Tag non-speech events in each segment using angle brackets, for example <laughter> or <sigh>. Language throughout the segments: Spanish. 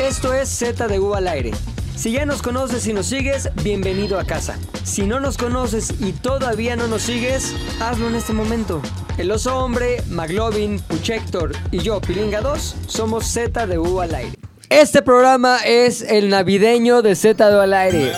Esto es Z de U al aire. Si ya nos conoces y nos sigues, bienvenido a casa. Si no nos conoces y todavía no nos sigues, hazlo en este momento. El oso hombre, Maglovin, Puchector y yo, Pilinga 2, somos Z de U al aire. Este programa es el navideño de Z de U al aire.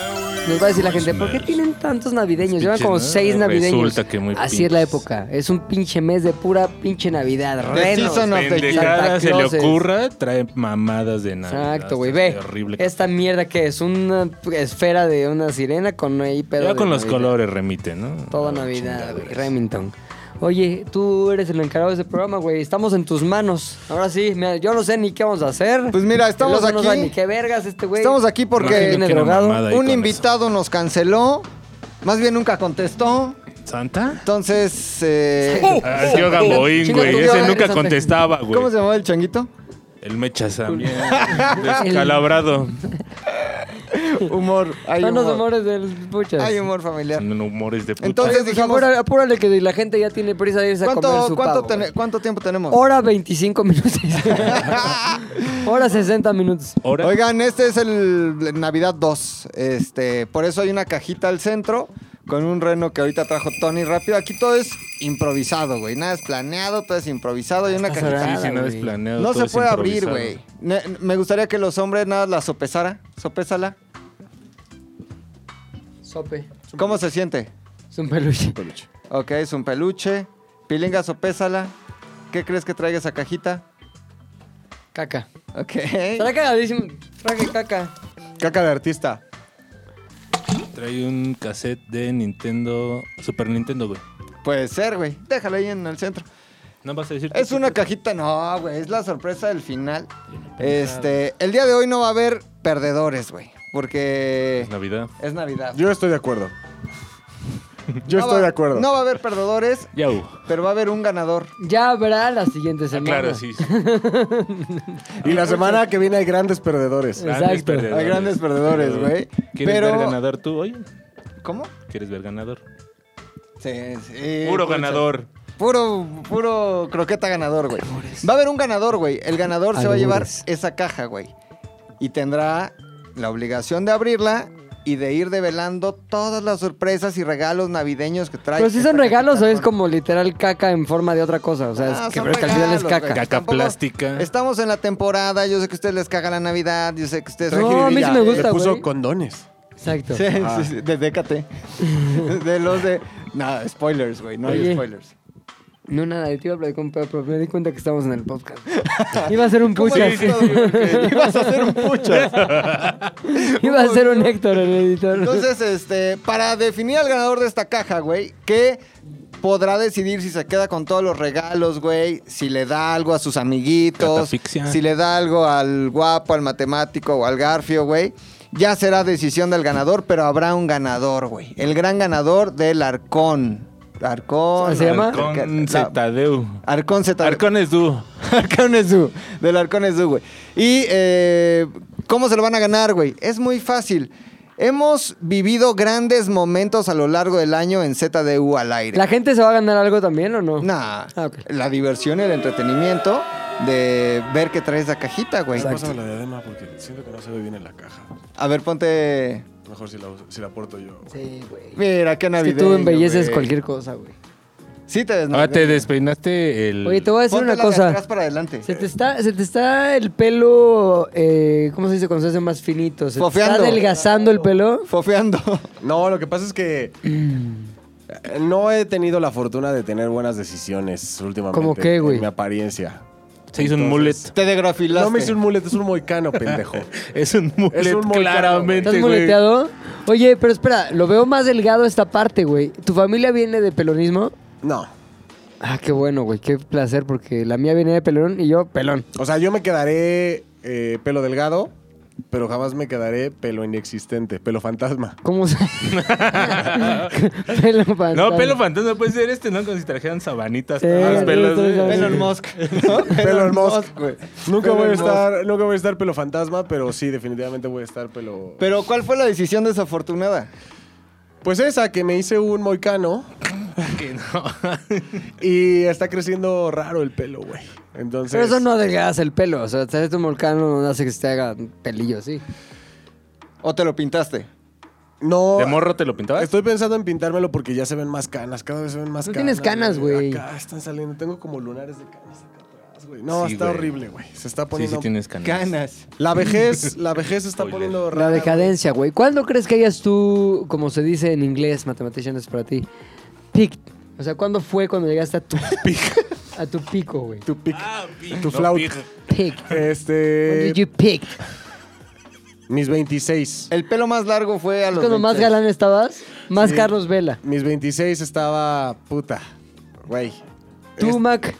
Nos va a decir la gente, ¿por qué tienen tantos navideños? Llevan como seis navideños. Resulta que muy Así es la pinches. época. Es un pinche mes de pura pinche Navidad. The Renos. season of the year. Santa Pendejada se le Claus es- ocurra, trae mamadas de nada. Exacto, güey. Ve, Horrible. esta mierda que es una esfera de una sirena con ahí pedo ya de con los Navidad. colores remite, ¿no? Todo Ah, Navidad, chingaderas. güey. Remington. Oye, tú eres el encargado de este programa, güey. Estamos en tus manos. Ahora sí, mira, yo no sé ni qué vamos a hacer. Pues mira, estamos El oso No aquí. sabe ni qué vergas este güey. Estamos aquí Imagino porque Viene que era drogado. mamada ahí un con invitado nos canceló. Más bien nunca contestó. eso. ¿Santa? Entonces, eh, Ah, el tío Gamboín, Uh, Chinga güey. tu eh, Ese madre, nunca Santa. contestaba, güey. ¿cómo se llamaba el changuito? El Mechas <laughs> también. Descalabrado. Humor. Hay Son los humor. amores del puchas. Hay humor Mm. familiar. En humores de puta. Entonces, Entonces dijimos- apúrale, apúrale que la gente ya tiene prisa de irse a comer ¿Cuánto, su cuánto, pavo, tene- güey. cuánto tiempo tenemos? Hora 25 minutos. <laughs> Hora 60 minutos. Ahora, Oigan, este es el Navidad 2. Este, por eso hay una cajita al centro con un reno que ahorita trajo Tony rápido. Aquí todo es improvisado, güey. Nada es planeado, todo es improvisado. Hay una Estás cajita. sí, nada, sí, nada es güey. planeado. No todo se es puede abrir, improvisado. güey. Ne- Me gustaría que los hombres nada la sopesara. Sopésala. Sope. ¿Cómo se siente? Es un peluche. Ok, es un peluche. Pilinga, sopésala. ¿Qué crees que traiga esa cajita? Caca. Ok. Estará cagadísimo. Traje caca. Caca de artista. Trae un cassette de Nintendo. Super Nintendo, güey. Puede ser, güey. Déjala ahí en el centro. No vas a decir. Es una cajita, no, güey, es la sorpresa del final. Este, el día de hoy no va a haber perdedores, güey, porque Es Navidad. es Navidad. Yo estoy de acuerdo. Yo No estoy va- de acuerdo. No va a haber perdedores, Ya hubo. pero va a haber un ganador. Ya habrá la siguiente Ah, semana. claro, sí. sí. y la semana que viene hay grandes perdedores. Grandes Exacto. perdedores. Hay grandes perdedores, güey. ¿Quieres Pero- ver ganador tú hoy? ¿Cómo? ¿Quieres ver ganador? Sí, sí. Puro pucha. ganador. Puro, puro croqueta ganador, güey. Va a haber un ganador, güey. El ganador se va a llevar Albures. esa caja, güey. Y tendrá la obligación de abrirla y de ir develando todas las sorpresas y regalos navideños que trae. Pero si son esta regalos o cajita es con- como literal caca en forma de otra cosa. O sea, Ah, es que, son pero que al final es regalos, caca. güey. Caca Tampoco- plástica. Estamos en la temporada, yo sé que a ustedes les caga la Navidad, yo sé que ustedes... No, a mí sí me jiribilla. gusta, Le puso güey. condones. Exacto. Sí, sí, sí, de Décate. <laughs> De los de... Nada, spoilers, güey, no Oye. hay spoilers. No, nada, yo te iba a platicar un pedo, pero me di cuenta que estamos en el podcast. <laughs> Iba a ser un pucha. Oye, Ibas a hacer un pucha. <laughs> Iba a ser un Héctor el editor. <laughs> Entonces, este, para definir al ganador de esta caja, güey, que podrá decidir si se queda con todos los regalos, güey, si le da algo a sus amiguitos, Catafixia. si le da algo al guapo, al matemático o al garfio, güey. Ya será decisión del ganador, pero habrá un ganador, güey. El gran ganador del Arcón. Arcón. ¿Se llama? Arcón La- Zetadeu. Arcón Z. Arcón es dúo. Arcones Du, del Arcones Du, güey. Y eh, ¿cómo se lo van a ganar, güey? Es muy fácil. Hemos vivido grandes momentos a lo largo del año en ZDU al aire. ¿La gente se va a ganar algo también o no? Nah, Ah, ok. la diversión, el entretenimiento de ver que traes la cajita, güey. Pásame la diadema porque siento que no se ve bien en la caja. A ver, ponte. Mejor si la, uso- si la porto yo. Sí, güey. güey. Mira, qué Es que navideño. tú embelleces güey. cualquier cosa, güey. Sí, te ves Ahora Ah, te navideño. despeinaste el. Oye, te voy a decir Póntela una De atrás cosa. para adelante. Se te está, se te está el pelo, eh, ¿cómo se dice cuando se hace más finito? ¿Se te está Fofeando. adelgazando el pelo? Fofeando. No, lo que pasa es que eh, no he tenido la fortuna de tener buenas decisiones últimamente. ¿Cómo qué, güey? en Mi apariencia. Se hizo un mullet. <laughs> te degrafilaste. No me hice un mullet, es un moicano, <laughs> pendejo. Es un mullet, Es un mullet, claramente, ¿Estás güey. muleteado? Oye, pero espera, lo veo más delgado esta parte, güey. ¿Tu familia viene de pelonismo? No. Ah, qué bueno, güey, qué placer, porque la mía viene de pelón y yo pelón. O sea, yo me quedaré eh, pelo delgado, pero jamás me quedaré pelo inexistente, pelo fantasma. ¿Cómo se...? <laughs> pelo fantasma. No, pelo fantasma puede ser este, ¿no? Como si trajeran sabanitas. Sí, todas sí, pelos, sí, güey. sí, sí. Elon Musk. ¿no? Pelo Musk, güey. Nunca Elon voy a Musk. estar, nunca voy a estar pelo fantasma, pero sí, definitivamente voy a estar pelo. Pero, ¿cuál fue la decisión desafortunada? Pues esa, que me hice un <laughs> moicano. Y está creciendo raro el pelo, güey. Entonces, Pero eso no adelgaza el pelo. O sea, hacer un volcán no hace que se te haga pelillo así. ¿O te lo pintaste? no- ¿De morro te lo pintabas? Estoy pensando en pintármelo porque ya se ven más canas, cada vez se ven más No canas. tienes canas, güey. Acá están saliendo, tengo como lunares de canas acá atrás, güey. No, Sí, está güey. horrible, güey. Se está Sí, poniendo sí tienes canas. <laughs> La vejez, la vejez se está Spoiler. poniendo rara. La decadencia, güey. ¿Cuándo crees que hayas tú, como se dice en inglés, mathematicians para ti, pic? O sea, ¿cuándo fue cuando llegaste a <laughs> tu A tu pico, güey. güey. Tu pic. Ah, pi- Tu no, eh, flauta. pija. Pick. When Eh, Este. did you pick? Mis 26. El pelo más largo fue a los Cuando más 26. galán estabas, más Sí. Carlos Vela. Mis 26 estaba puta. Güey. Tú, Es- Mac,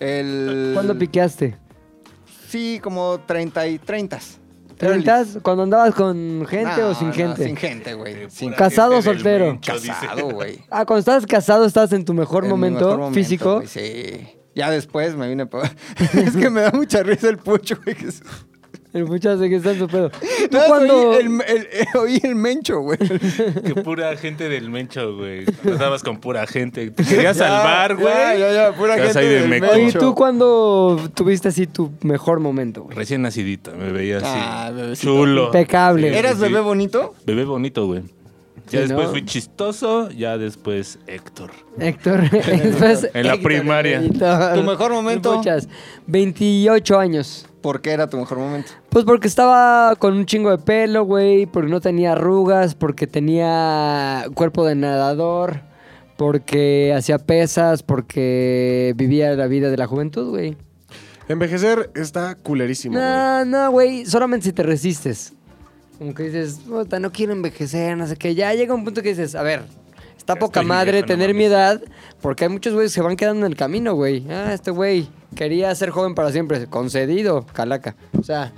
El... ¿cuándo piqueaste? Sí, como 30 y 30. ¿Treintas? ¿Cuando andabas con gente No, o sin no, gente? Sin gente, güey. Sin pura- ¿Casado o Gente del soltero? Mencho, dice. casado, güey. Ah, cuando estabas casado, estabas en tu mejor, En mi momento, mejor momento, físico. güey, sí. Ya después me <laughs> vine pa- es que me da mucha risa el pucho, güey. que es- El muchacho que está en su <laughs> pedo. ¿Tú Nada más cuando- oí, el, el- eh, oí el mencho, <laughs> güey. Que pura gente del mencho, güey. Tratabas con pura gente. Te querías <laughs> Ya, salvar, güey. Ya, ya, ya, pura Estás gente ahí de del meco. Oye, mencho. ¿tú cuándo tuviste así tu mejor momento, güey? Recién nacidita, me veía así. Ah, bebecito. chulo. Impecable. Sí, ¿Eras sí. bebé bonito? Bebé bonito, güey. Sí, Ya después ¿no? fui chistoso, ya después Héctor. Héctor, <laughs> <laughs> después- En la Héctor, primaria. Héctor. ¿Tu mejor momento? Muchas. 28 años. ¿Por qué era tu mejor momento? Pues porque estaba con un chingo de pelo, güey, porque no tenía arrugas, porque tenía cuerpo de nadador, porque hacía pesas, porque vivía la vida de la juventud, güey. Envejecer está culerísimo, güey. No, no, güey, solamente si te resistes. Como que dices, puta, no quiero envejecer, no sé qué. Ya llega un punto que dices, a ver, está Ya poca estoy madre viejo, no tener mames. mi edad, porque hay muchos güeyes que van quedando en el camino, güey. Ah, este güey quería ser joven para siempre, concedido, calaca. O sea,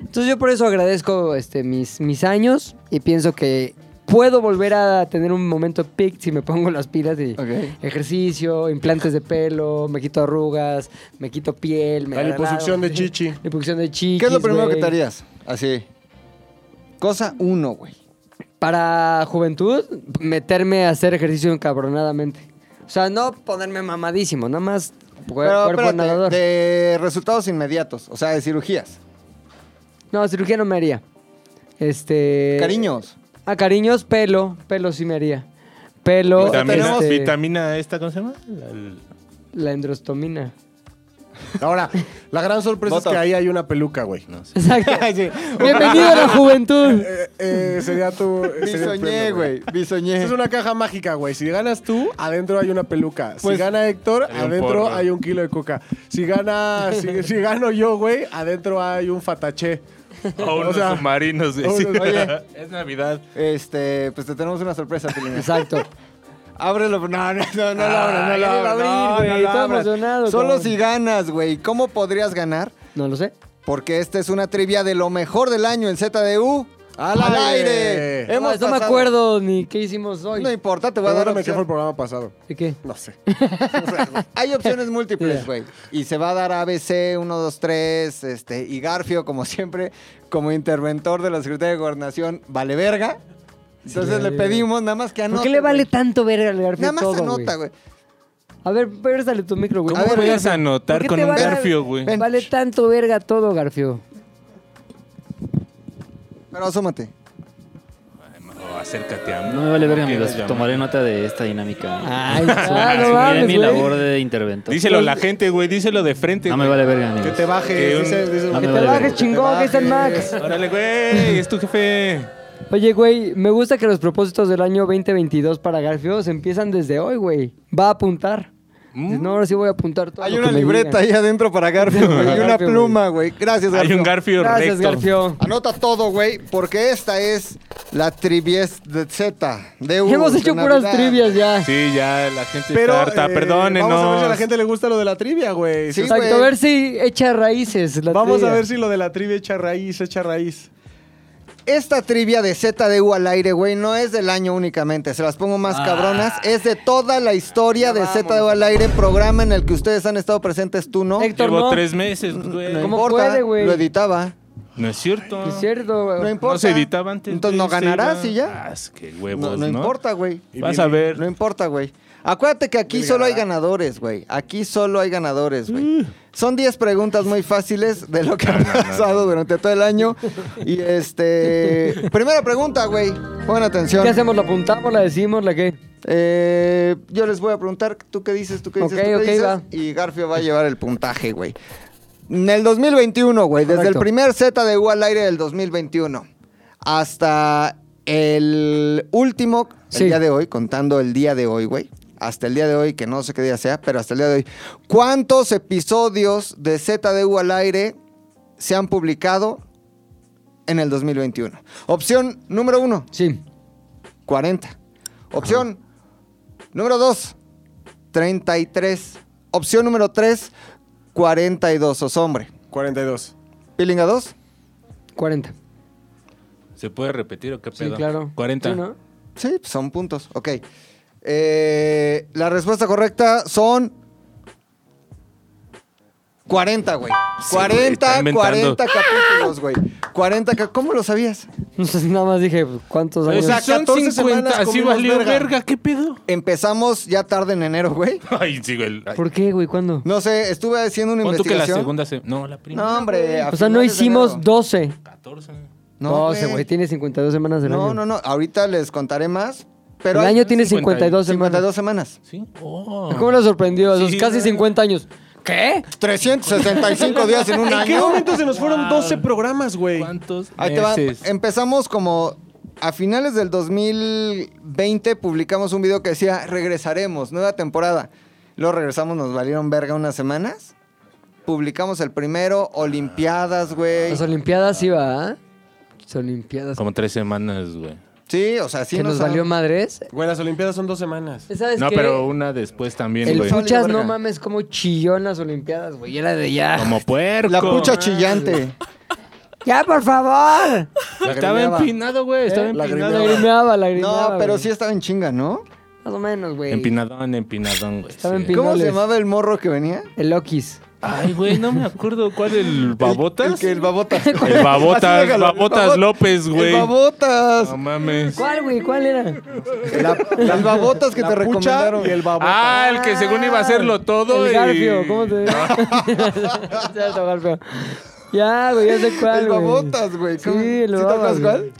entonces yo por eso agradezco este, mis, mis años y pienso que puedo volver a tener un momento pic si me pongo las pilas y Ok. ejercicio, implantes de pelo, me quito arrugas, me quito piel, me Ah, La agarro- liposucción de chichi. Liposucción de chichis. ¿Qué es lo primero que te güey. harías? Así. Cosa uno, güey. Para juventud, meterme a hacer ejercicio encabronadamente. O sea, no ponerme mamadísimo, nada más cu- Pero, cuerpo espérate, nadador. de resultados inmediatos, o sea, de cirugías. No, cirugía no me haría. Este. Cariños. Ah, cariños, pelo. Pelo sí me haría. Pelo. Vitamina, este, vitamina esta, ¿cómo se llama? La- el- La <laughs> endrostomina. Ahora, la gran sorpresa Botox. es que ahí hay una peluca, güey. <laughs> no sé. Exacto. Bienvenido a la juventud. Eh, eh, sería tu. sería el Bisoñé, premio, güey. <laughs> Bisoñé. Es una caja mágica, güey. Si ganas tú, adentro hay una peluca. Pues, si gana Héctor, hay un adentro porro. hay un kilo de coca. Si gana, si, si gano yo, güey, adentro hay un fataché. O unos sea, submarinos, güey. sí. unos- oye. <laughs> es Navidad. Este, pues te tenemos una sorpresa, Pilina. Exacto. Ábrelo. No, no, no, no lo abras, no Ay, lo ahí va a abras. abrir, no, güey, no lo todo abras. emocionado, Solo cabrón. si ganas, güey. ¿Cómo podrías ganar? No lo sé. Porque esta es una trivia de lo mejor del año en ZDU. ¡Al, Al aire! aire. Eh, Hemos no, no me pasado- acuerdo ni qué hicimos hoy. No importa, te voy a dar Perdóname que fue el opción. programa pasado. ¿De qué? No sé. Hay opciones <laughs> múltiples, Ya. güey. Y se va a dar ABC, 1, 2, 3, este, y Garfio, como siempre, como interventor de la Secretaría de Gobernación, vale verga. Entonces vale le verga. pedimos nada más que anote. ¿Por qué le güey. vale tanto verga al Garfio Nada más todo, anota, güey? güey. A ver, pérsale tu micro, güey. ¿Cómo A ver, puedes Garfio, anotar ¿por qué con te un vale- Garfio, güey? Ven. Vale tanto verga todo, Garfio. Pero asómate. O Oh, acércate a mí. No me vale verga, ¿Quieres amigos. llamar? Tomaré- Tomaré nota de esta dinámica. Ay, ah, no Asumiré mames, mi güey. labor de interventor. Díselo a la gente, güey. Díselo de frente. No me güey. vale verga, amigos. Que te baje. Que un- dice- dice- No Que te me vale bajes, verga. chingón, que está el Max. Órale, güey. Es tu jefe. Oye, güey, me gusta que los propósitos del año 2022 para Garfio se empiezan desde hoy, güey. Va a apuntar. Dices, No, ahora sí voy a apuntar todo. Hay lo una que me libreta ahí digan". adentro para Garfio, güey, y una Garfio, pluma, güey. Gracias, Garfio. Hay un Garfio Gracias, recto. Garfio. Anota todo, güey, porque esta es la triviez de Z. De U, Hemos de hecho Navidad. puras trivias ya. Sí, ya la gente Pero. está harta. eh, Perdónenos. Vamos a ver si a la gente le gusta lo de la trivia, güey. Sí, Exacto, a güey. ver si echa raíces. la Vamos a trivia. ver si lo de la trivia echa raíz, echa raíz. Esta trivia de ZDU al aire, güey, no es del año únicamente, se las pongo más cabronas, es de toda la historia de ZDU al aire, programa en el que ustedes han estado presentes, tú no. Héctor, Llevo no. tres meses, güey. No ¿Cómo importa, puede, güey? Lo editaba. No es cierto. No Es cierto, güey. No importa. No se editaba antes. Entonces no güey, se ganarás iba. y ya. Ah, es que No, huevos, no ¿no? importa, güey. Vas a ver. No importa, güey. Acuérdate que aquí solo hay ganadores, güey. Aquí solo hay ganadores, güey. Son 10 preguntas muy fáciles de lo que <laughs> ha pasado durante todo el año. Y este. Primera pregunta, güey. Pon atención. ¿Qué hacemos? ¿La apuntamos? ¿La decimos? ¿La qué? Eh, yo les voy a preguntar, ¿tú qué dices? ¿Tú qué dices? Ok, ¿Tú qué ok, dices? va. Y Garfio va a llevar el puntaje, güey. En el 2021, güey, desde el Correcto. primer Z de U al aire del 2021 hasta el último, el Sí. día de hoy, contando el día de hoy, güey. Hasta el día de hoy, que no sé qué día sea, pero hasta el día de hoy. ¿Cuántos episodios de Z de U al aire se han publicado en el 2021? Opción número uno, Sí. 40. Opción número 2, 33. Opción número 3, 42. Os hombre. 42. Pilinga 2. 40. ¿Se puede repetir o qué Sí, pedo? claro. 40. Sí, ¿no? <laughs> Sí, son puntos. Ok. Eh, la respuesta correcta son 40, güey. Sí, güey, 40, está inventando. 40 capítulos, güey. 40, ca- ¿cómo lo sabías? No sé, nada más dije, pues, ¿cuántos O años? sea, son 14 50. semanas Así comimos valió verga. verga. ¿Qué pedo? Empezamos ya tarde en enero, güey. Ay, sí, güey. Ay. ¿Por qué, güey? ¿Cuándo? No sé, estuve haciendo una Pon tú que la investigación. segunda se... No, la primera. No, hombre. a o sea, no finales de hicimos enero. 12. 14. No, 12, güey. güey. Tiene 52 semanas del No, año. no, no. Ahorita les contaré más. Pero el hay año tiene 52, 52 52 semanas. ¿Sí? Oh. semanas. ¿Cómo lo sorprendió? A sus Sí, casi güey. 50 años. ¿Qué? 365 <laughs> días en un ¿En qué año. momento se nos fueron 12 programas, güey? ¿Cuántos Ahí te va. meses? Empezamos como a finales del 2020 publicamos un video que decía regresaremos, nueva temporada. Luego regresamos, nos valieron verga unas semanas. Publicamos el primero, Olimpiadas, güey. Las Olimpiadas iba, ¿ah? Las Olimpiadas. Como tres semanas, güey. Sí, o sea, sí que nos valió madres. Güey, las Olimpiadas son dos semanas. ¿Sabes No, qué? pero una después también, El güey. sol- Puchas, no verga. mames, como chilló en las Olimpiadas, güey. Era de ya. Como puerco. La pucha chillante. ¡Ya, por favor! Estaba Lagrimeaba. empinado, güey. Estaba ¿Eh? empinado. lagrimeaba. Lagrimeaba, lagrimeaba. No, pero güey. sí estaba en chinga, ¿no? Más o menos, güey. Empinadón, empinadón, güey. Estaba sí. empinado. ¿Cómo se Pinoles. llamaba el morro que venía? El Lokis. Ay, güey, no me acuerdo cuál el babotas. <laughs> El, el que <laughs> el babotas. El babotas, Así déjalo, el babotas babot- López, güey. El babotas. No mames. ¿Cuál, güey? ¿Cuál era? La- <laughs> las babotas que te recomendaron. y el babo. Ah, el que según iba a hacerlo Ah, todo. El y- Garfio, ¿cómo te <laughs> Cierto, Garfio. Ya, güey, ya sé cuál, El güey. babotas, güey. Sí, ¿Cómo- el ¿Sí te babas, acuerdas güey. cuál?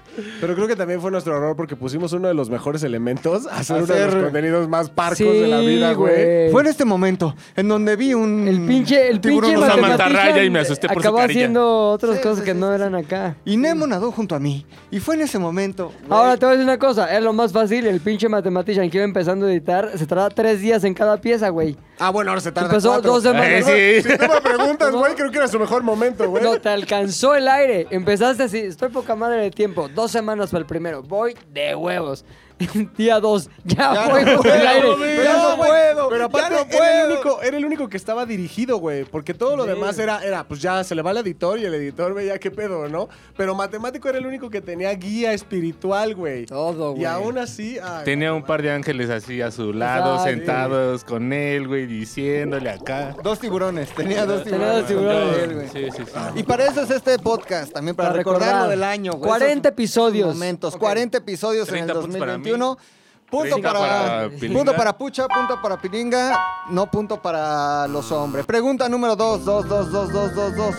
Pero creo que también fue nuestro error porque pusimos uno de los mejores elementos a hacer, uno de Hacer- los contenidos más parcos Sí, de la vida, güey. güey. Fue en este momento en donde vi un El pinche, el tiburón pinche o sea, rosado. matemático mantarraya y me asusté por su acabó carilla. haciendo otras Sí, cosas sí, que sí, no sí, eran acá. Y Nemo nadó junto a mí. Y fue en ese momento. güey. Ahora te voy a decir una cosa, es lo más fácil, el pinche matematician que iba empezando a editar, se tarda tres días en cada pieza, güey. Ah, bueno, ahora se tarda Empezó cuatro. dos Eh, semanas. sí. Si tú me <laughs> preguntas, güey, creo que era su mejor momento, güey. No, te alcanzó el aire. Empezaste así, estoy poca madre de tiempo. Dos semanas para el primero. Voy de huevos. <laughs> Día dos, ya, Ya voy no por el puedo, aire. güey. Pero Ya no, no güey, puedo, Pero ya aparte, no Era, el puedo. único, era el único que estaba dirigido, güey. Porque todo lo demás era, era, pues ya se le va al editor y el editor veía qué pedo, ¿no? Pero matemático era el único que tenía guía espiritual, güey. Todo, güey. Y aún así. ay, Tenía un par de ángeles así a su lado, Ah, sí. sentados con él, güey, diciéndole acá. Dos tiburones. Tenía dos Tenía dos tiburones. tiburones. Él, güey. Sí, sí, sí. Y para eso es este podcast, también para, Para recordar recordar. lo del año, güey. 40 Esos episodios. Momentos, 40 episodios en el 30 puntos para 2021. mí. Punto 30 para, para Pilinga. punto para Pucha, punto para Pilinga, no punto para los hombres. Pregunta número 2, 2, 2, 2, 2, 2, 2.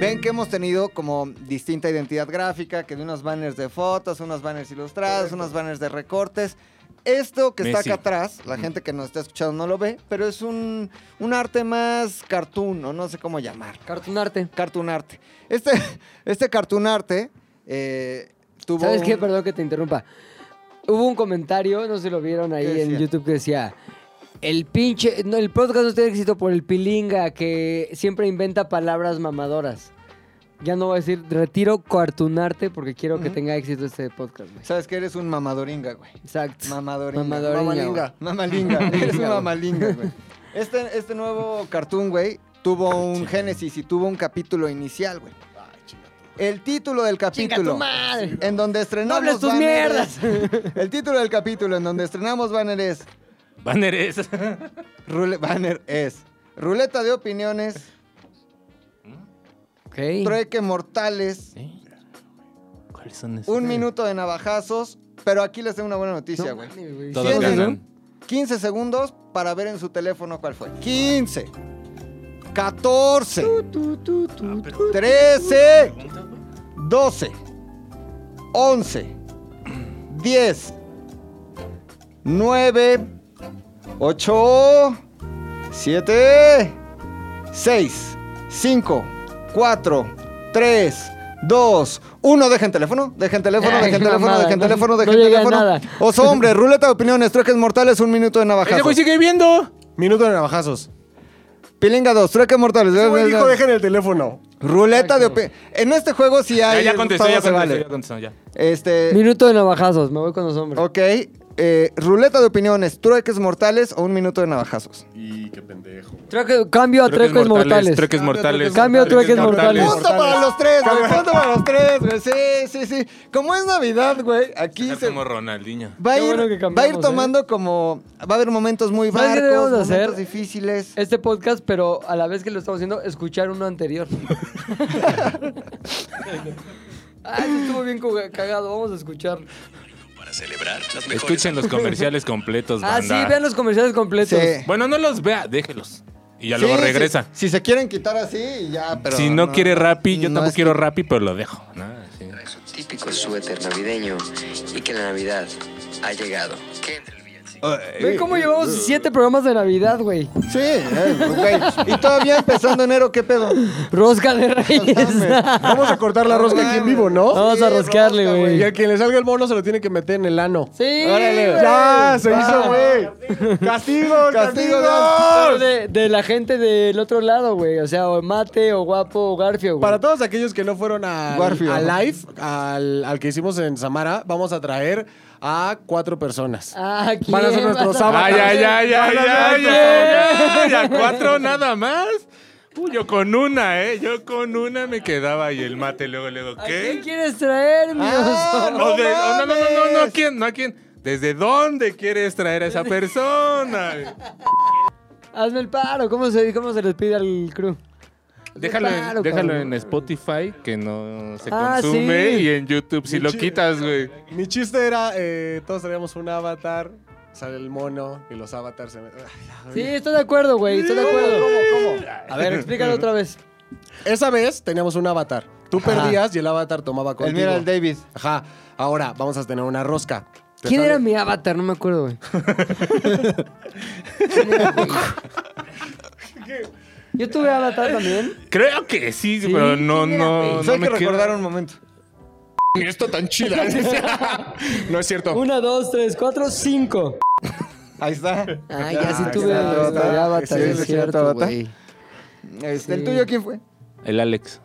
Ven que hemos tenido como distinta identidad gráfica, que de unos banners de fotos, unos banners ilustrados, unos banners de recortes. Esto que Messi. está acá atrás, la gente que nos está escuchando no lo ve, pero es un, un arte más cartoon, o no sé cómo llamar. Cartunarte. Cartunarte. Este, <laughs> este cartunarte eh, tuvo. ¿Sabes qué? un- Perdón que te interrumpa. Hubo un comentario, no sé si lo vieron ahí ¿Qué en decía? YouTube que decía. El pinche. No, el podcast no tiene éxito por el pilinga que siempre inventa palabras mamadoras. Ya no voy a decir, retiro cartunarte porque quiero que tenga éxito este podcast, güey. Sabes que eres un mamadoringa, güey. Exacto. Mamadoringa. Mamadoringa, <laughs> Mamalinga. Mamalinga. eres un mamalinga, güey. Este, este nuevo cartoon, güey, tuvo un génesis y tuvo un capítulo inicial, güey. El título del Chinga tu capítulo. madre. En donde estrenamos. hables tus banners- <laughs> El título del capítulo en donde estrenamos banner es. Banneres. Rule- banner es. Ruleta de opiniones. Ok. Trueque Mortales, ¿Eh? ¿Cuáles son esos? un minuto de navajazos. Pero aquí les tengo una buena noticia, güey. Todas ¿Tienen? ganan. 15 segundos para ver en su teléfono cuál fue. 15. 14. 13. 12. 11. 10. 9. 8. 7. 6. 5. 4. 3. 2, 1, dejen teléfono, dejen teléfono, Ay, dejen no, teléfono, nada, dejen no- teléfono, no dejen llega teléfono. nada. Oso, hombre, ruleta de opiniones, trueques mortales, un minuto de Ese navajazo. güey sigue viendo. Minuto de navajazos. Pilinga 2, trueques mortales. Ese güey eh, dijo, eh, dejen el teléfono. Ruleta de opiniones. En este juego sí Ya, hay. ya contestó, todo ya se contestó, vale. ya contestó, ya. Este. Minuto de navajazos, me voy con los hombres. Ok. eh, ruleta de opiniones, trueques mortales o un minuto de navajazos. Y qué pendejo. Trueque- cambio a trueques mortales. Trueques mortales. Cambio a trueques mortales. Punto para los tres, güey. Punto para los tres, güey. Sí, sí, sí. Como es Navidad, güey, aquí se. Como Ronaldinho. Va a, Qué ir, bueno que va a ir cambiamos, ¿eh? tomando como. Va a haber momentos muy ¿Sabes qué barcos, debemos momentos hacer? difíciles. Este podcast, pero a la vez que lo estamos haciendo, escuchar uno anterior. <laughs> ah, eso estuvo bien cuga- cagado, vamos a escuchar. Para celebrar las mejores. Escuchen los comerciales completos, <laughs> Ah, sí, banda. vean los comerciales completos. Sí. Bueno, no los vea, déjelos. Y ya Sí, luego sí. regresa. Si, se quieren quitar así, ya, pero. si no, quiere Rappi, yo no tampoco es- quiero Rappi, pero lo dejo. ¿no? Sí. su típico suéter navideño y que la Navidad ha llegado. Que entre el villancico. Ven cómo llevamos siete programas de Navidad, güey. Sí, eh, güey. Y todavía empezando enero, ¿qué pedo? Rosca de Reyes. Vamos a cortar la rosca aquí en vivo, ¿no? <laughs> Vamos a roscarle, rosca, güey. Y a quien le salga el mono se lo tiene que meter en el ano. Sí. Órale. güey. Ya, se Va. hizo, güey. <laughs> Castigo, Castigo, castigo. Pero De, de la gente del otro lado, güey. O sea, o Mate, o Guapo, o Garfio, güey. Para todos aquellos que no fueron al- Warfield. a, live, al, al que hicimos en Samara, vamos a traer a cuatro personas. Ah, ¿quién Ah, Van a ser nuestros vas sábados. Ay, ay, ay, ay, ay, ay, ay, a cuatro nada más. Uy, yo con una, ¿eh? Yo con una me quedaba y el mate luego, luego, ¿A quién ¿qué? quieres traer, mi Ah, oso? O de- o no, no, no, no, no, mames! ¿a quién? ¿No a quién? ¿Desde dónde quieres traer a esa persona? Hazme el paro. ¿Cómo se, cómo se les pide al crew? Pues Déjalo, en- Claro, déjalo cabrón. en Spotify, que no se Ah, consume, sí. y en YouTube si lo Pinche- quitas, güey. Mi chiste era, eh, todos traíamos un avatar, sale el mono y los avatars se... Sí, estoy de acuerdo, güey. Estoy de acuerdo. ¿Cómo, cómo? A ver, explícalo otra vez. Esa vez teníamos un avatar. Tú Ajá. perdías y el avatar tomaba El contigo. mira, el David. Ajá. Ahora vamos a tener una rosca. Te ¿Quién sale- era mi avatar? No me acuerdo, güey. ¿Quién era, güey? Yo tuve avatar también. Creo que sí, pero no, ¿quién era, no, Solo no hay que me quedo. recordar un momento. Esto tan chida. no es cierto. Una, dos, tres, cuatro, cinco. Ahí está. Ah, ya sí Ah, tuve está, avatar. está, está. avatar, Sí, es sí, cierto, avatar. güey. Este, ¿El Sí. tuyo quién fue? El Alex.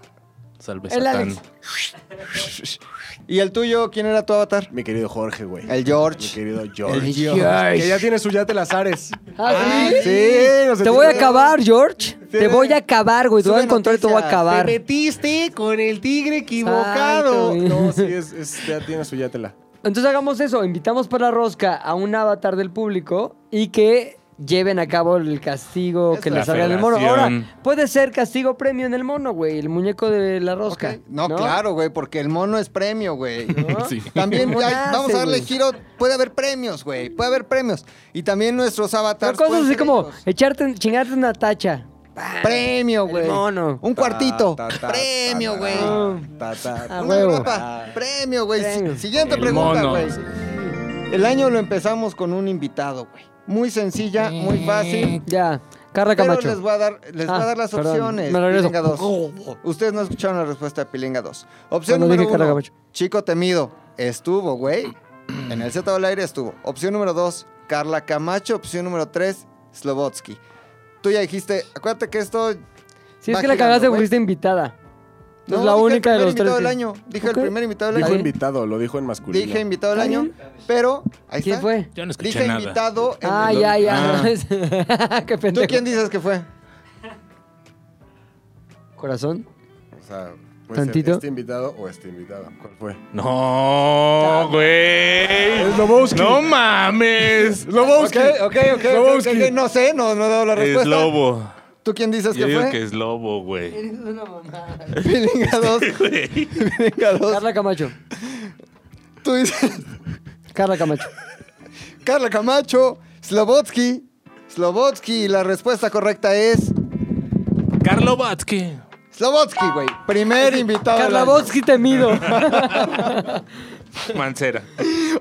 Salve El Satán. Alex. ¿Y el tuyo quién era tu avatar? Mi querido Jorge, güey. El Mi George. querido George. El Que ya tiene su yate Lazares. ¿Ah, sí? nos Te voy a etiquetó. acabar, George. Te voy a acabar, güey. Te voy a Sube encontrar y te voy a noticias. acabar. Te metiste con el tigre equivocado. Exacto, güey. no, sí, es, es- ya tiene su yatela. Entonces hagamos eso, invitamos para Rosca a un avatar del público y que lleven a cabo el castigo que Eso. les La salga del mono. felación. Ahora, puede ser castigo premio en el mono, güey, el muñeco de la rosca. Ok. No, claro, güey, porque el mono es premio, güey. <laughs> Sí. También ¿Cómo hay- nace, vamos a darle güey? giro. Puede haber premios, güey. Puede haber premios. Y también nuestros Pero avatars. cosas pueden así ser como ricos. echarte, chingarte una tacha. Premio, El güey. mono. Un cuartito. Ta, ta, ta, premio, ta, güey. Ah. Ta, ta, Ah, ta. Una huevo. grapa. Premio, güey. Si- Premio. Siguiente El pregunta, mono. güey. El año lo empezamos con un invitado, güey. Muy Eh, sencilla, muy fácil. Ya, Carla Pero Camacho. les voy a dar, les voy a Ah, dar las perdón, opciones. me regreso. Oh. Pilinga 2. Ustedes no escucharon la respuesta de Pilinga 2. Opción Cuando número dije Carla uno. Camacho. Chico temido. Estuvo, güey. En el Z del aire estuvo. Opción número dos. Carla Camacho. Opción número tres. Slovotsky. Tú ya dijiste, acuérdate que esto. Si es va que la girando, cagaste, güey. fuiste invitada. Es No, la dije el única de primer los tres. invitado que- del año. Dije Ok. el primer invitado del Dijo Ahí. año. invitado, lo dijo en masculino. Dije invitado del año. Pero. Ahí ¿Quién está. fue? Yo no escuché Dije nada. invitado. en Ah, el- ya, ya. <laughs> Qué ¿Tú pendejo. quién dices que fue? Corazón. O sea, puede ser Tantito. este invitado o este invitado. ¿Cuál fue? No, güey. Es Lobowski. No mames. <laughs> Lobowski. Ok, ok, ok, ok, ok, No sé, no, no he dado la Es respuesta. lobo. ¿Tú quién dices Yo que digo fue? <laughs> que este es lobo, güey. Pilinga 2. <laughs> Pilinga 2. Carla Camacho. Tú dices. Carla <laughs> Camacho. Carla Camacho, Slobotsky. Slobotsky, y la respuesta correcta es. Carlo Batsky. Slobotsky, güey. Primer invitado. del Carla año. Botsky <laughs> temido. Mancera.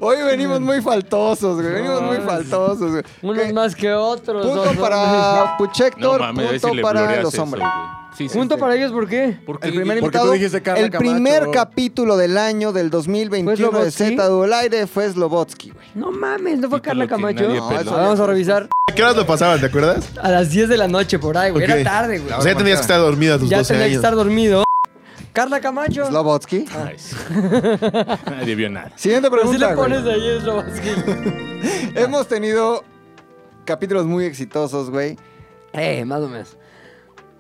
Hoy venimos muy faltosos, güey. Venimos muy faltosos, güey. Unos Ok, más que otros. dos Punto hombres. <laughs> para Puchector, a ver si punto le para blureas los eso, hombres. güey. Sí, sí, Punto sí. para ellos, ¿por qué? ¿Por qué? El primer em- Porque tú invitado, dijiste Carla el primer Camacho. capítulo del año del 2021 de ¿Fue Slobotsky? Z al aire fue Slobotsky, güey. No mames, ¿no fue Título Carla que Camacho? nadie No, peló. eso vamos a revisar ¿A qué horas lo pasaban, te acuerdas? a las 10 de la noche por ahí, güey. Ok. Era tarde, güey. O sea, ya tenías que estar dormida a tus Ya 12 tenía que años. estar dormido. Carla Camacho. Slobotsky. Ay, sí. <laughs> Nadie vio nada. Siguiente Pero si pregunta, le güey. pones ahí es lo más que- Hemos tenido capítulos muy exitosos, güey. Eh, más o menos.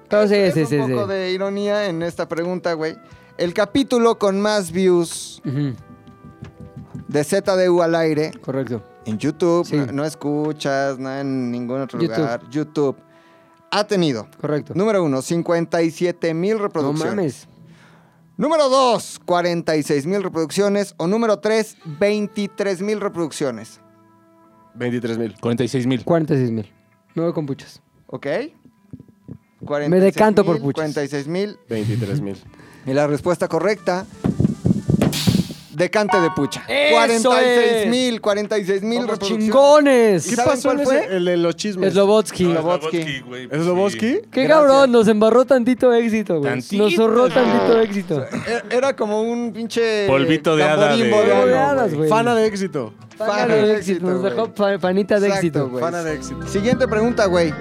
Pero Oh, sí, Es sí, sí. un sí. poco de ironía en esta pregunta, güey. El capítulo con más views Ujú, de ZDU al aire correcto. en YouTube, Sí. no, no escuchas, nada en ningún otro YouTube. lugar, YouTube, ha tenido, Correcto. número uno, 57 mil No reproducciones. mames. Número dos, 46 mil reproducciones. O número tres, 23 mil reproducciones. 23 mil. 46 mil. 46 mil. Me voy con puchas. ¿Ok? Me decanto por puchas. 46 mil. 23 mil. Y la respuesta correcta. Decante de pucha. ¡Eso 46 mil, 46 mil Somos reproducciones. chingones! ¿Qué saben pasó cuál en <laughs> fue? ese- El de los chismes. Slobotsky. Slobotsky, güey. ¿Es Loboski? Qué Gracias. cabrón, nos embarró tantito éxito, güey. Tantito. Nos zorró tantito éxito. E- Era como un pinche. Polvito de hada tamborimbo de- de ano, Polvo de hada, güey. güey. Fana de éxito. Pana de éxito. Nos güey. dejó pa- panita de Exacto, éxito. güey. Fana de éxito. Siguiente pregunta, güey.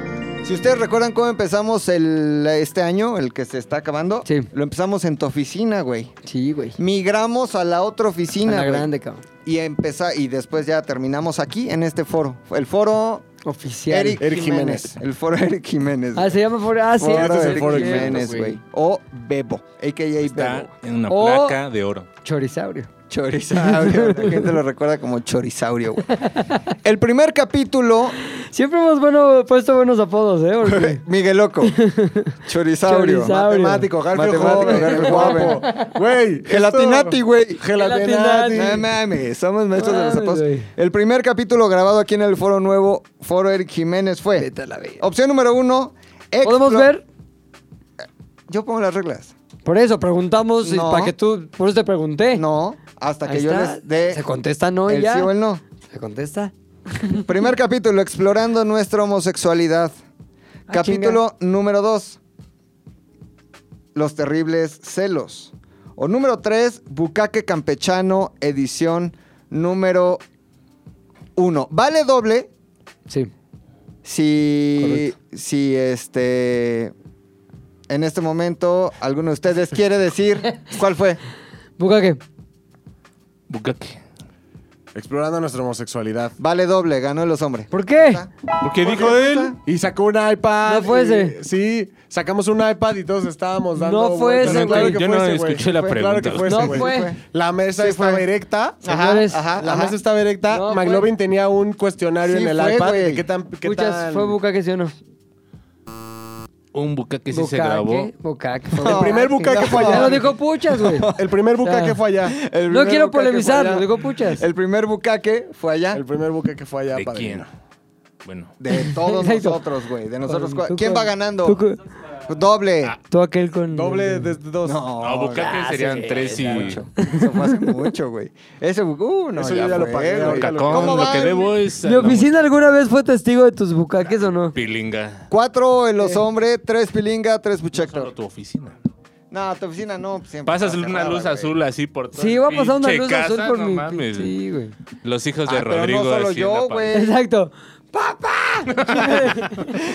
Si ustedes recuerdan cómo empezamos el, este año, el que se está acabando, Sí. lo empezamos en tu oficina, güey. Sí, güey. Migramos a la otra Una oficina, güey. grande, cabrón. Y empeza- y después ya terminamos aquí en este foro. El foro Oficial. Eric, Eric Jiménez. Jiménez. El foro Eric Jiménez. Ah, güey. se llama por. Ah, sí. Foro este es el Eric foro Eric Jiménez, güey. O Bebo, a.k.a. Bebo. Está en una O- placa de oro. Chorizaurio. Chorizaurio. La gente lo recuerda como Chorizaurio, güey. El primer capítulo, Siempre hemos bueno, puesto buenos apodos, ¿eh? Porque- <laughs> Miguel Loco. Chorizaurio. Chorizaurio. Matemático, Garfield Matemático, joven, Garfiel guapo. <laughs> Güey. Gelatinati, güey. esto- Gelatinati. No mames, somos maestros de los Mames, apodos. güey. El primer capítulo grabado aquí en el Foro Nuevo, Foro Eric Jiménez, fue. Opción número uno. ¿Podemos <laughs> explo- ver? Yo pongo las reglas. Por eso preguntamos No. para que tú. Por eso te pregunté. No, hasta que Eh. Ahí yo está. les dé. Se contesta no y el ya. sí o el no. Se contesta. Primer capítulo, explorando nuestra homosexualidad. Ah, capítulo número 2, los terribles celos. O número 3, Bucaque Campechano, edición número 1. Vale doble Sí. si, si este... En este momento, alguno de ustedes <laughs> quiere decir cuál fue. Bucaque. Bucaque. Explorando nuestra homosexualidad. Vale doble, ganó los hombres. ¿Por qué? ¿Por qué dijo él? Y sacó un iPad. No fue y- ese. sí, sacamos un iPad y todos estábamos dando. No fue vueltas. ese, Claro güey. que Yo fue no ese, güey. escuché la Fue- pregunta. Claro que fue No ese, güey. fue. La mesa Sí estaba fue. erecta. Señores, ajá, La ajá. mesa estaba erecta. No, McLovin tenía un cuestionario Sí en el fue, iPad. güey. de ¿Qué tan, qué Puchas, tan- ¿fue Bucaque sí o no? Un bucaque sí Bucaque, se grabó. Bucaque. El primer bucaque fue Ya allá. lo dijo Puchas, güey. <laughs> <laughs> El primer bucaque Ya. fue allá. El No primer quiero bucaque fue polemizar, allá. lo digo puchas. El primer bucaque fue allá. El primer bucaque fue allá. ¿De quién? padrino. Bueno. <laughs> De todos Exacto. nosotros, güey. De nosotros. Con- cua- tú ¿Quién con- va ganando? tú con- Doble. Tú aquel con. Ah, Doble de dos. No, bucaque serían tres y... Eso fue hace mucho, güey. Ese, uh, no, Eso yo ya lo fue, pagué, güey. ahorita lo- Cacón, ¿Cómo lo que van? debo es... a ¿Mi la oficina alguna vez fue testigo de tus bucaques o no? Pilinga. Cuatro en los hombres, tres pilinga, tres Solo puchector. tu oficina. Ah, No, tu oficina no. pues, siempre Pasas está una cerrada, luz güey. azul así por todo. Sí, va a pasar una luz azul por mi. mames. Sí, güey. Los hijos de Ah, pero no Rodrigo así en solo la pared. yo, güey. Exacto.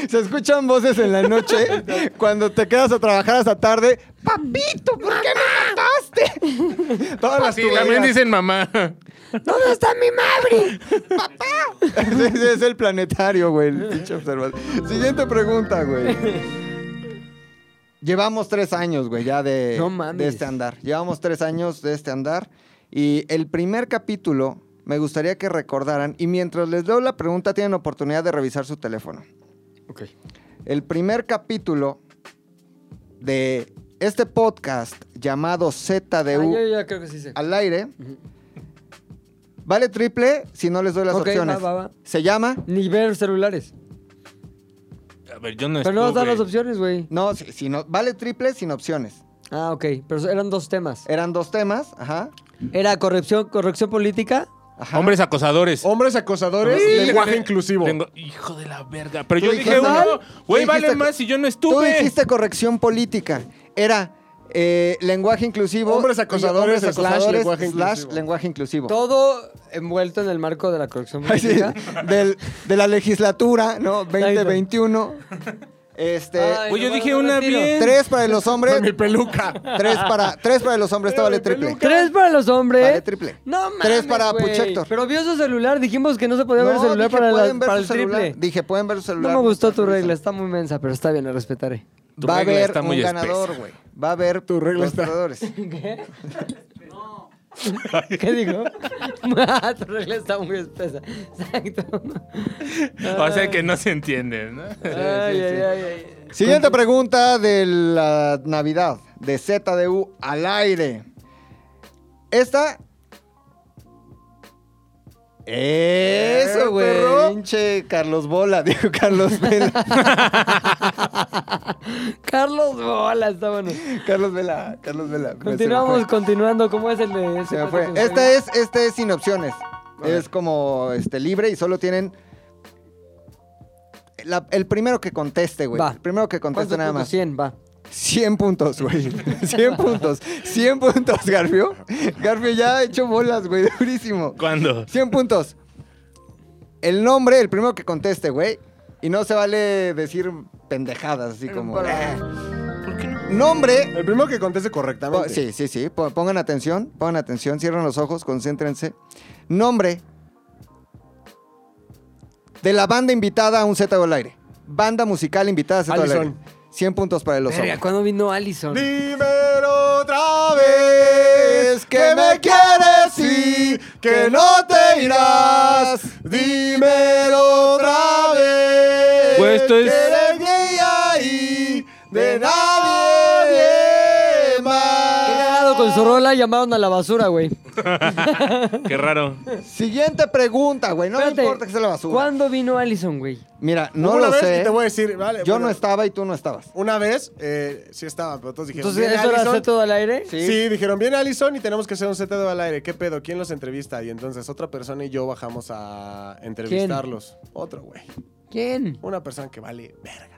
Se escuchan voces en la noche <laughs> cuando te quedas a trabajar hasta tarde. Papito, ¿por qué me mataste? Todas las Sí, tuberías. también dicen mamá. ¿Dónde está mi madre? Ese ese <laughs> es el planetario, güey. el pinche observador. Siguiente pregunta, güey. Llevamos tres años, güey, ya de, No mames. de este andar. Llevamos tres años de este andar. Y el primer capítulo me gustaría que recordaran. Y mientras les doy la pregunta, tienen oportunidad de revisar su teléfono. Ok. el primer capítulo de este podcast llamado Ah, ZDU yo ya creo que sí sé. al aire. Vale triple si no les doy las Ok, opciones. va, va, va. Se llama. Ni ver celulares. A ver, yo no Pero no nos dan estuve. las opciones, güey. No, si, si no, vale triple sin opciones. Ah, ok. Pero eran dos temas. Eran dos temas, ajá. Era corrección, corrección política. ajá. Hombres acosadores. Hombres acosadores, Sí, lenguaje güey. inclusivo. Tengo- hijo de la verga. Pero Tú yo dijiste- dije uno. Güey, Tú vale dijiste- más si yo no Tú estuve. <laughs> dijiste corrección política. Era eh, lenguaje inclusivo. Hombres y acosadores hombres slash acosadores lenguaje slash inclusivo. lenguaje inclusivo. Todo envuelto en el marco de la corrección <laughs> Ay, sí, <laughs> política. del- de la legislatura, <laughs> ¿no? 2021. Este. Ay, Güey, yo bueno, dije me una retiro. bien. tres para <laughs> los hombres. Mi peluca. Tres para, tres para los hombres. Esto vale triple. Tres para los hombres. Vale triple. No mames, Tres para güey. Puchector. Pero vio su celular, dijimos que no se podía ver el No, celular dije, para, la- pueden ver para su el celular. triple. Dije, pueden ver su celular. No me gustó tu Nuestra regla, risa. está muy mensa, pero está bien, la respetaré. Tu Va a regla haber está un muy ganador, espesa. güey. Va a haber tu regla regla está- ganadores. <laughs> ¿Qué <laughs> dijo? tu regla está muy espesa. Exacto. O sea que no se entiende, ¿no? Ay, sí, ay, sí. ay, ay. <laughs> Siguiente pregunta de la Navidad de ZDU al aire. Esta. Eso, güey. Pinche Carlos Bola, <laughs> dijo Carlos Vela. <laughs> Carlos Bola, está bueno. Carlos Vela, Carlos Vela. Continuamos, con. continuando. ¿Cómo es el de ese Se me fue. pato que Esta es, este es sin opciones. Es como este, libre y solo tienen. la- el primero que conteste, güey. Va. El primero que conteste ¿Cuántos nada puntos? más. 100, va. 100 puntos, güey. <laughs> 100 puntos. 100 puntos, Garfio. Garfio ya ha hecho bolas, güey. Durísimo. ¿Cuándo? 100 puntos. El nombre, el primero que conteste, güey. Y no se vale decir pendejadas, así como... "Ah". Nombre... El primero que conteste po- correctamente. Sí, sí, sí. po- Pongan atención, pongan atención. Cierren los ojos, concéntrense. Nombre de la banda invitada a un Z al aire. Banda musical invitada a Z al aire. Allison. 100 puntos para el oso. Verga, ¿cuándo vino Allison? Dímelo otra vez que me quieres y que no te irás. Dímelo otra vez. Güey, esto es- que eres ahí de nadie más. Qué cagado, con su rola llamaron a la basura, güey. Qué raro. Siguiente pregunta, güey. No Espérate, me importa que sea la basura. ¿Cuándo vino Allison, güey? Mira, No no una lo vez sé. y te voy a decir, vale. Yo bueno, no estaba y tú no estabas. Una vez, eh, sí estaba, pero todos dijeron. Entonces, "Viene ¿eso era Allison". hacer todo al aire? Sí. dijeron, viene Allison y tenemos que hacer un ZDO al aire. ¿Qué pedo? ¿Quién los entrevista? Y entonces otra persona y yo bajamos a entrevistarlos. Otro, güey. ¿Quién? Una persona que vale verga.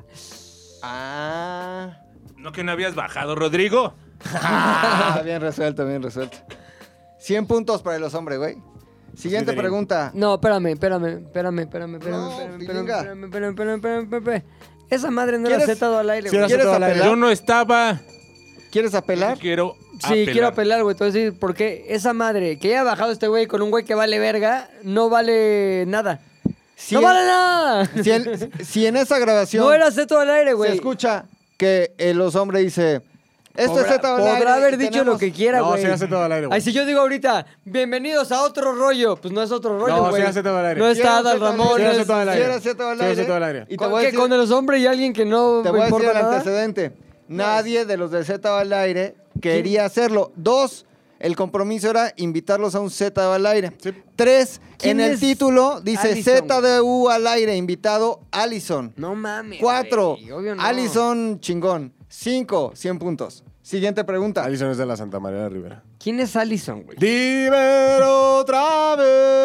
Ah. ¿No que no habías bajado, Rodrigo? <laughs> Ah, bien resuelto, bien resuelto. 100 puntos para los hombres, güey. Siguiente Liderín. pregunta. No, espérame, espérame, espérame, espérame, espérame, No, espérame, pilinga. espérame, espérame, espérame, espérame, espérame, espérame. Esa madre no era ¿Quieres- Z al aire, Sí, güey. era- ¿Quieres todo al aire. Yo apelar? no estaba. ¿Quieres apelar? Quiero Sí, quiero apelar, güey. Te voy a decir, ¿por qué esa madre que haya bajado este güey con un güey que vale verga no vale nada? Si ¡No en- vale nada! si en- si en esa <laughs> grabación No era Z al aire, se güey. escucha que eh, los hombres dice, esto es Podrá, Z al aire podrá haber y dicho tenemos- lo que quiera, No, güey. sí era Z al aire, güey. Ay, si yo digo ahorita, bienvenidos a otro rollo, pues no es otro rollo, No, sí güey. era Z al aire. No Sí está era Adal Z al aire. Ramón. Sí era no es- Z al aire. Sí, era Z al Sí, era aire. Z al aire. Y te ¿Con, voy a qué? decir, ¿Con los hombres y alguien que no te me voy a decir importa el nada? antecedente. Nadie de los de Z al aire quería hacerlo. Dos, el compromiso era invitarlos a un Z al aire. Sí. Tres, ¿Quién en el es título dice Allison, güey? ZDU al aire, invitado Allison. No mames. Cuatro, güey, obvio no. Allison chingón. Cinco, 100 puntos. Siguiente pregunta. Allison es de la Santa María de Rivera. ¿Quién es Allison, güey? Dímelo otra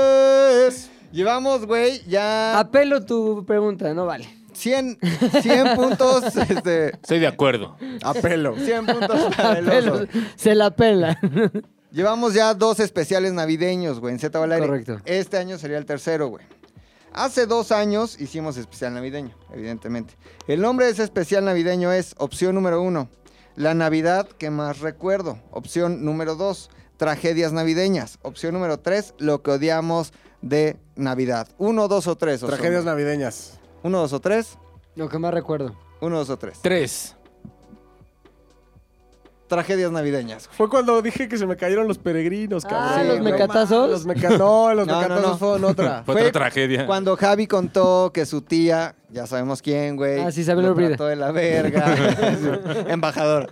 vez. Llevamos, güey, ya Apelo tu pregunta, no vale. 100, <laughs> 100 puntos, este, Estoy de acuerdo. Apelo. 100 puntos para el Apelo, oso. se la pela. Llevamos ya dos especiales navideños, güey, en Z al aire. Correcto. Este año sería el tercero, güey. Hace dos años hicimos especial navideño, evidentemente. El nombre de ese especial navideño es opción número uno, la Navidad que más recuerdo. Opción número dos, tragedias navideñas. Opción número tres, lo que odiamos de Navidad. Uno, dos o tres. Oso. Tragedias navideñas. Uno, dos o tres. Lo que más recuerdo. Uno, dos o tres. Tres. tragedias navideñas. güey. Fue cuando dije que se me cayeron los peregrinos, cabrón. Ah, ¿los no mecatazos? mames, Los meca- no, los No, no, mecatazos no. fueron otra. <laughs> Fue otra tragedia. Cuando Javi contó que su tía, ya sabemos quién, güey. Ah, sí, Isabel lo Orbide. trató de la verga. <laughs> <laughs> Embajador.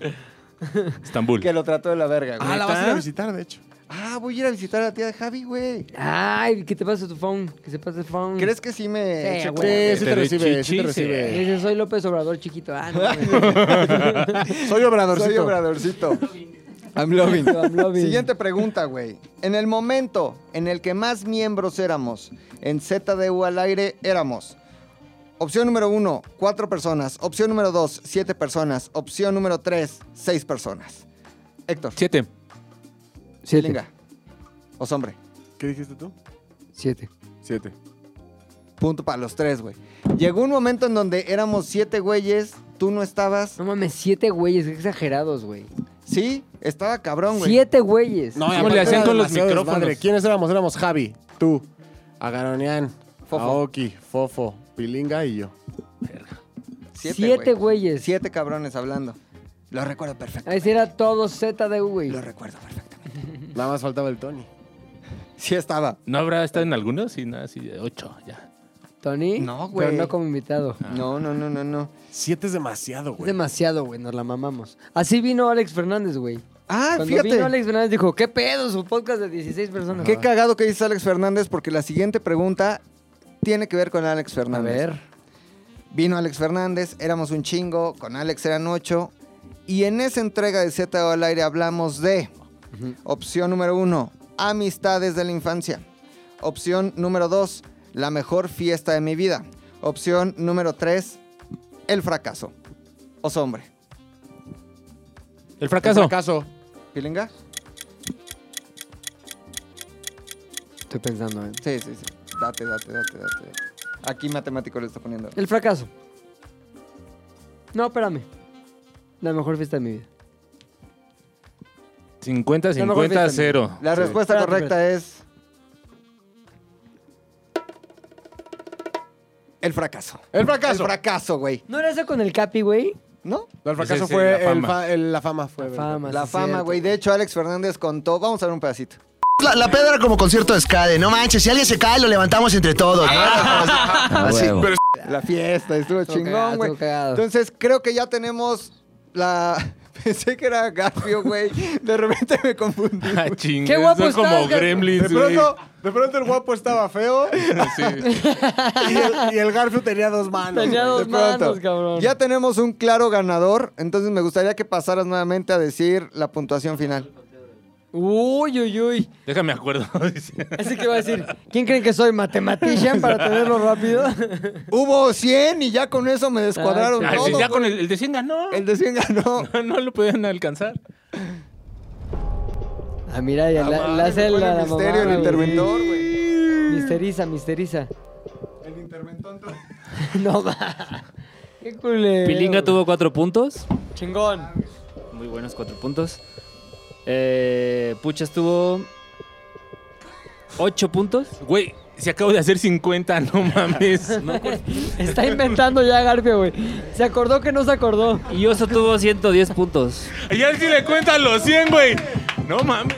Estambul. Que lo trató de la verga, güey. ah, la vas a ir a visitar, de hecho. Ah, voy a ir a visitar a la tía de Javi, güey. Ay, que te pase tu phone, que se pase el phone. ¿Crees que sí me... Sí, eche- güey. Sí, sí Te te recibe, sí chichis, te recibe. Dice, soy López Obrador chiquito. Ah, <laughs> no. Soy obradorcito. <laughs> Soy obradorcito. I'm loving. I'm loving. Siguiente pregunta, güey. En el momento en el que más miembros éramos en ZDU al aire, éramos. Opción número uno, cuatro personas. Opción número dos, siete personas. Opción número tres, seis personas. Héctor, Siete. Siete. chinga. Os hombre. ¿Qué dijiste tú? Siete. Siete. Punto para los tres, güey. Llegó un momento en donde éramos siete güeyes, tú no estabas. No mames, siete güeyes, qué exagerados, güey. Sí, estaba cabrón, güey. Siete güeyes. No, ¿Cómo le hacían con los micrófonos? Madre. ¿Quiénes éramos? Éramos Javi, tú, Agaronian, Fofo. Aoki, Fofo, Pilinga y yo. Siete güeyes. Siete cabrones hablando. Lo recuerdo perfecto. Ahí sí era todo Z de güey. Lo recuerdo perfectamente. Nada más faltaba el Tony. Sí estaba. ¿No habrá estado en algunos? Sí, nada, sí, ocho, ya. Tony. No, güey. Pero no como invitado. No, no, no, no, no. Siete es demasiado, Es güey. demasiado, güey, nos la mamamos. Así vino Alex Fernández, güey. Ah, Cuando vino fíjate. Alex Fernández dijo, ¿qué pedo? Su podcast de 16 personas. Qué cagado que dice Alex Fernández porque la siguiente pregunta tiene que ver con Alex A Fernández. ver. Vino Alex Fernández, éramos un chingo, con Alex eran ocho. Y en esa entrega de Z al aire hablamos de opción número uno, amistades de la infancia. Opción número dos, la mejor fiesta de mi vida. Opción número tres, el fracaso. Os hombre. El fracaso. Caso. ¿Pilinga? Estoy pensando, ¿eh? Sí, sí, sí. Date, date, date, date. Aquí matemático le está poniendo. El fracaso. No, espérame. La mejor fiesta de mi vida. 50, La mejor 50, fiesta, cero. La respuesta Espérate, correcta es. El fracaso. El El fracaso. fracaso, güey. ¿No era eso con el Capi, güey? ¿No? No, el fracaso Ese sí, fue la el fa- el- la fama. fama. fue. La ¿verdad? fama. La sí, fama, cierto. güey. De hecho, Alex Fernández contó. Vamos a ver un pedacito. La, la pedra como concierto de ska de, no manches, si alguien se cae lo levantamos entre todos. ¿no? Así. La fiesta, estuvo Estuvo cagado, chingón, güey. estuvo cagado. Entonces, creo que ya tenemos la. <laughs> Pensé que era Garfio, güey. De repente me <laughs> confundí. <laughs> Ah, chingue, Qué guapo son como estás, Gar- De gremlins, güey. pronto, de pronto el guapo <laughs> estaba feo Sí. y el, y el Garfield tenía dos manos. Tenía güey. dos De pronto. manos, cabrón. Ya tenemos un claro ganador. Entonces, me gustaría que pasaras nuevamente a decir la puntuación final. Uy, uy, uy. Déjame acuerdo. <laughs> dice. Así que va a decir, ¿quién creen que soy? ¿Matematician para tenerlo rápido? Hubo 100 y ya con eso me descuadraron Ah, todo. sí, ya güey. con el, el de 100 ganó. El de 100 ganó. <laughs> No, no lo podían alcanzar. Ah, mira, ya la, la hace Pone la, la misterio mamada, el güey. interventor, güey. Misteriza, misteriza. El interventor. <laughs> no va. Qué culero. Pilinga tuvo cuatro puntos. Chingón. Muy buenos cuatro puntos. Eh, Puchas tuvo ocho puntos. Güey, si acabo de hacer 50, no mames. Está inventando ya Garfio, güey. Se acordó que no se acordó. Y Oso tuvo 110 puntos. <laughs> Y él sí le cuentan los 100, güey. No mames.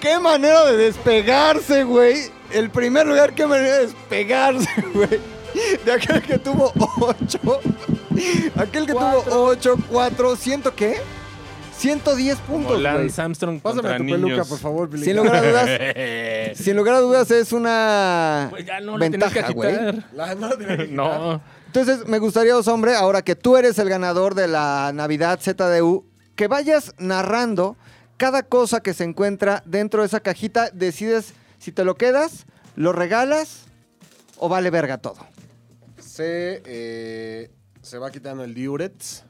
Qué manera de despegarse, güey. El primer lugar, qué manera de despegarse, <laughs> güey. De aquel que tuvo 8. Aquel que tuvo 8, 4, ¿ciento qué? 110 Como puntos, güey. Lance Armstrong Pásame contra tu niños. peluca, por favor, Billy. Sin lugar a dudas, sin lugar a dudas es una <laughs> Güey, ya no le tenías que ventaja, güey. quitar. La- no, de- <laughs> No. Entonces, me gustaría, os hombre, ahora que tú eres el ganador de la Navidad ZDU, que vayas narrando cada cosa que se encuentra dentro de esa cajita. Decides si te lo quedas, lo regalas o vale verga todo. Se, eh, se va quitando el diurex.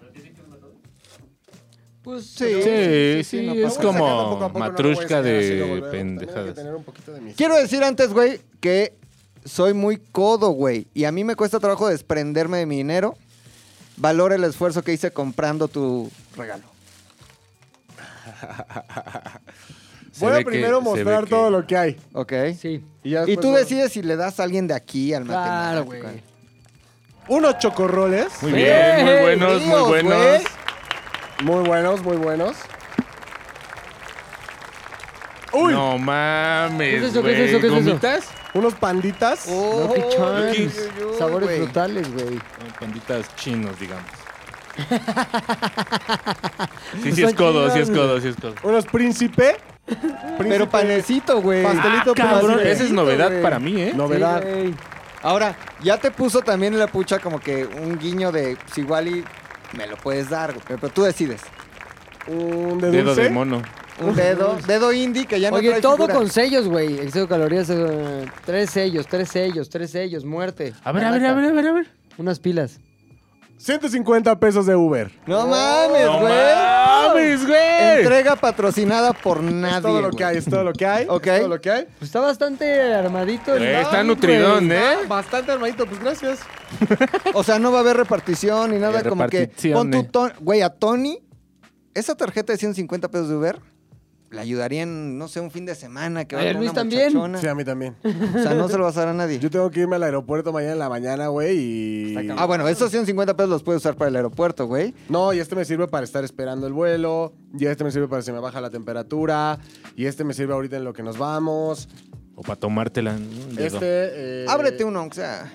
Pues Sí. Sí, sí, no, es pero voy sacando como poco a poco, no lo voy a matrushka sacar así, lo de volvemos. También hay que pendejadas. tener un poquito de mi- Quiero decir antes, güey, que soy muy codo, güey. Y a mí me cuesta trabajo desprenderme de mi dinero. Valora el esfuerzo que hice comprando tu regalo. Se Voy a ve que- primero se mostrar ve que- todo lo que hay. ¿Ok? Sí. Y, ya Y después tú lo- decides si le das a alguien de aquí al Claro, matemático. güey. Unos chocorroles. Muy bien, muy ¡Ey, buenos, muy ríos, buenos. güey! Muy buenos, muy buenos. ¡Uy! No mames. ¿Qué es eso, qué es eso, güey. qué es eso? ¿Gomitas? Unos panditas. Lucky Charms. uy, Sabores güey. frutales, güey. No, panditas chinos, digamos. Sí, No sí es son codo, sí chinos, es codo, sí es codo. Unos <laughs> príncipe. Pero panecito, güey. Pastelito Ah, Cabrón, príncipe. esa es novedad para mí, ¿eh? Novedad. Ahora, ya te puso también la pucha como que un guiño de pues, igual y me lo puedes dar, güey. Pero, pero tú decides. Un de Dedo dulce. de mono. Un dedo, dedo indie que ya no Oye, trae todo figura. con sellos, güey. Exceso de calorías, eh, tres sellos, tres sellos, tres sellos, muerte. A ver, a ver, a ver, a ver, a ver. Unas pilas. 150 pesos de Uber. No mames, ¡No güey. mames, güey! Entrega patrocinada por nadie. es todo lo güey. que hay, es todo lo que hay. <laughs> Ok. es todo lo que hay. Pues está bastante armadito. el Güey, line, Está nutridón, güey. ¿eh? Bastante armadito, pues gracias. O sea, no va a haber repartición ni nada Eh, como que. repartición, Pon tu eh. ton- Güey, a Tony, esa tarjeta de 150 pesos de Uber le ayudaría en, no sé, un fin de semana que A va a Luis también. Sí, a mí también. O sea, no se lo vas a dar a nadie. Yo tengo que irme al aeropuerto mañana en la mañana, güey, y... Ah, bueno, esos 150 pesos los puedes usar para el aeropuerto, güey. No, y este me sirve para estar esperando el vuelo, y este me sirve para si me baja la temperatura, y este me sirve ahorita en lo que nos vamos. O para tomártela. un dedo. Este... eh, Ábrete uno, aunque sea.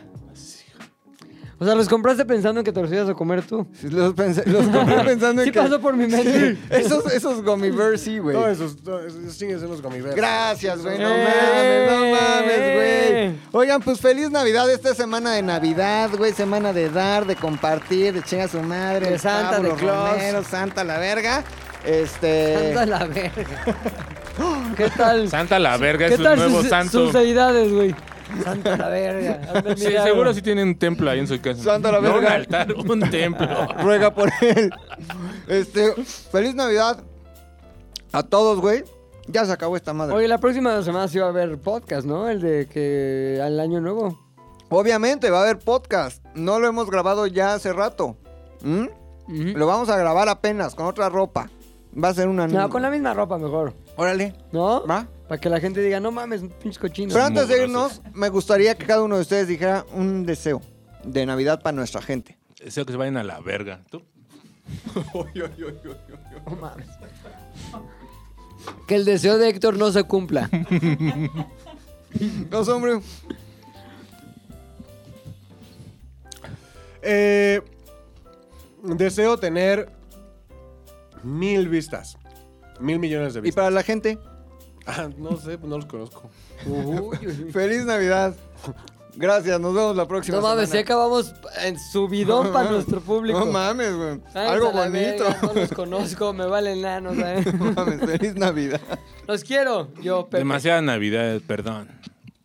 O sea, los compraste pensando en que te los ibas a comer tú. Los, pens- los <laughs> compré pensando en Sí que... pasó por mi mente. Esos, esos Gummibirds, sí, güey. Todos esos, todos esos chingues unos gomiberos. Gracias, güey. No ¡Eh! mames, no mames, güey. Oigan, pues feliz Navidad esta semana de Navidad, güey. Semana de dar, de compartir, de chinga su madre. De el Santa, pavo, de los Claus. romeros, Santa la verga. Este. Santa la verga. <laughs> ¿Qué tal? Santa la verga, ¿Qué es un tal nuevo sus, santo. sus deidades, güey? Santa la <laughs> verga. hazme el Sí, milagro. seguro sí tienen un templo ahí en su casa. Santa la No un verga. altar, un templo. Ruega por él. Este. Feliz Navidad a todos, güey. Ya se acabó esta madre. Oye, la próxima semana sí va a haber podcast, ¿no? El de que al año nuevo. Obviamente va a haber podcast. No lo hemos grabado ya hace rato. ¿Mm? Lo vamos a grabar apenas con otra ropa. Va a ser una. No, con la misma ropa mejor, Órale. ¿no? Va. Para que la gente diga, no mames, pinches cochinos. Pero antes de mugrosos. irnos, me gustaría que cada uno de ustedes dijera un deseo de Navidad para nuestra gente. Deseo que se vayan a la verga. ¿Tú? No mames. Que el deseo de Héctor no se <laughs> cumpla. Los hombres. Eh, deseo tener mil vistas. Mil millones de Y vistas. para la gente, Ah, no sé, no los conozco. Uy, uy. feliz Navidad. Gracias, nos vemos la próxima. no mames, si semana. acabamos en subidón <laughs> para nuestro público. No mames, güey. Ay, Algo a la verga, bonito. no los conozco, me valen nada, ¿sabes? <laughs> No <laughs> mames, feliz Navidad. Los quiero, yo, Pepe. Demasiada Navidad, perdón.